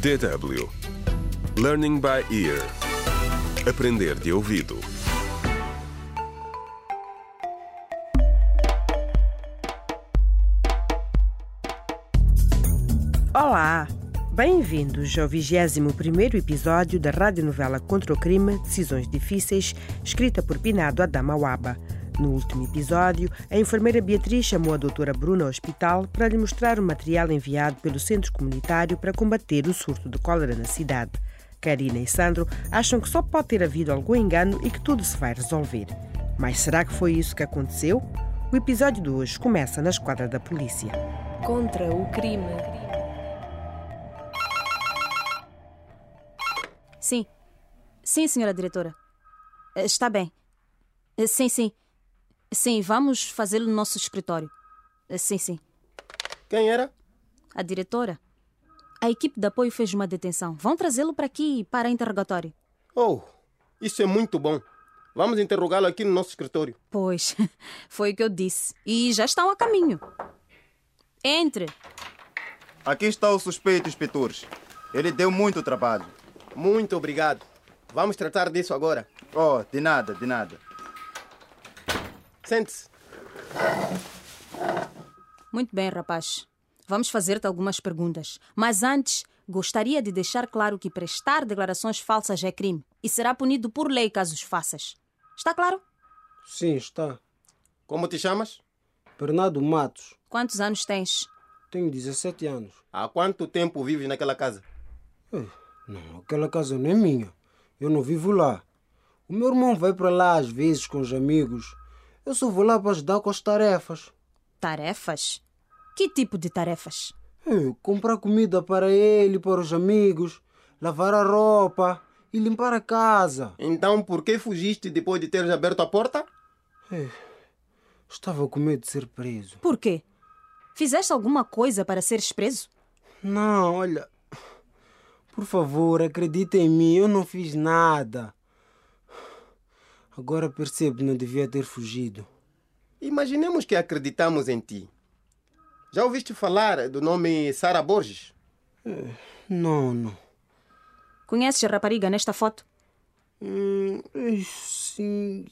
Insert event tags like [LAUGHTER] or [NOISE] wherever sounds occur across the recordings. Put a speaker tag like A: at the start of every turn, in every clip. A: DW Learning by Ear Aprender de ouvido
B: Olá! Bem-vindos ao 21º episódio da radionovela Contra o Crime, Decisões Difíceis, escrita por Pinado Adama Waba. No último episódio, a enfermeira Beatriz chamou a doutora Bruna ao hospital para lhe mostrar o material enviado pelo centro comunitário para combater o surto de cólera na cidade. Karina e Sandro acham que só pode ter havido algum engano e que tudo se vai resolver. Mas será que foi isso que aconteceu? O episódio de hoje começa na esquadra da polícia.
C: Contra o crime.
D: Sim. Sim, senhora diretora. Eh, Está bem. Eh, Sim, sim. Sim, vamos fazê-lo no nosso escritório. Eh, Sim, sim.
E: Quem era?
D: A diretora. A equipe de apoio fez uma detenção. Vão trazê-lo para aqui para interrogatório.
E: Oh, isso é muito bom. Vamos interrogá-lo aqui no nosso escritório.
D: Pois, [LAUGHS] foi o que eu disse. E já estão a caminho. Entre.
F: Aqui está o suspeito, inspetores. Ele deu muito trabalho.
E: Muito obrigado. Vamos tratar disso agora.
F: Oh, de nada, de nada.
E: Sente-se.
D: Muito bem, rapaz. Vamos fazer-te algumas perguntas. Mas antes, gostaria de deixar claro que prestar declarações falsas é crime e será punido por lei caso os faças. Está claro?
G: Sim, está.
E: Como te chamas?
G: Bernardo Matos,
D: Quantos anos tens?
G: tenho 17 anos.
E: Há quanto tempo vives naquela casa?
G: Eh, Não, aquela casa não é minha. Eu não vivo lá. O meu irmão vai para lá às vezes com os amigos. Eu só vou lá para ajudar com as tarefas.
D: Tarefas? Que tipo de tarefas?
G: Eh, Comprar comida para ele, e para os amigos, lavar a roupa e limpar a casa.
E: Então por que fugiste depois de teres aberto a porta?
G: Estava com medo de ser preso.
D: Por quê? Fizeste alguma coisa para seres preso?
G: Não, olha. Por favor, acredita em mim, eu não fiz nada. Agora percebo, não devia ter fugido.
E: Imaginemos que acreditamos em ti. Já ouviste falar do nome Sara Borges?
G: Não, não.
D: Conheces a rapariga nesta foto?
G: Hum, eh, sim.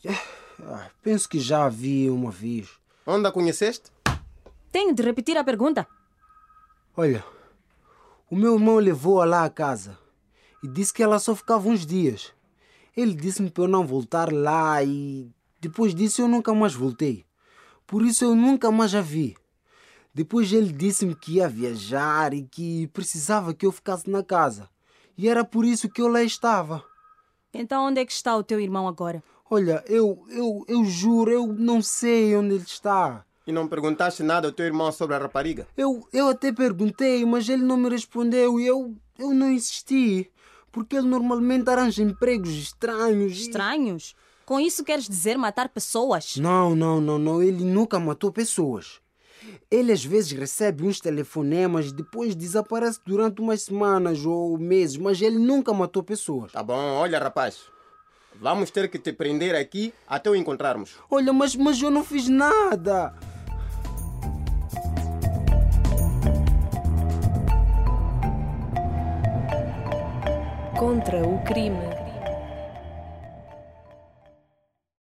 G: Ah, penso que já a vi uma vez.
E: Onde a conheceste?
D: Tenho de repetir a pergunta.
G: Olha, o meu irmão levou-a lá à casa e disse que ela só ficava uns dias. Ele disse-me para eu não voltar lá e depois disso eu nunca mais voltei. Por isso eu nunca mais a vi. Depois ele disse-me que ia viajar e que precisava que eu ficasse na casa. E era por isso que eu lá estava.
D: Então onde é que está o teu irmão agora?
G: Olha, eu, eu, eu juro, eu não sei onde ele está.
E: E não perguntaste nada ao teu irmão sobre a rapariga?
G: Eu, eu até perguntei, mas ele não me respondeu e eu, eu não insisti. Porque ele normalmente arranja empregos estranhos. e-
D: Estranhos? Com isso queres dizer matar pessoas?
G: Não, não, não, não. Ele nunca matou pessoas. Ele às vezes recebe uns telefonemas e depois desaparece durante umas semanas ou meses, mas ele nunca matou pessoas.
E: Tá bom, olha rapaz. Vamos ter que te prender aqui até o encontrarmos.
G: Olha, mas, mas eu não fiz nada.
C: Contra o crime.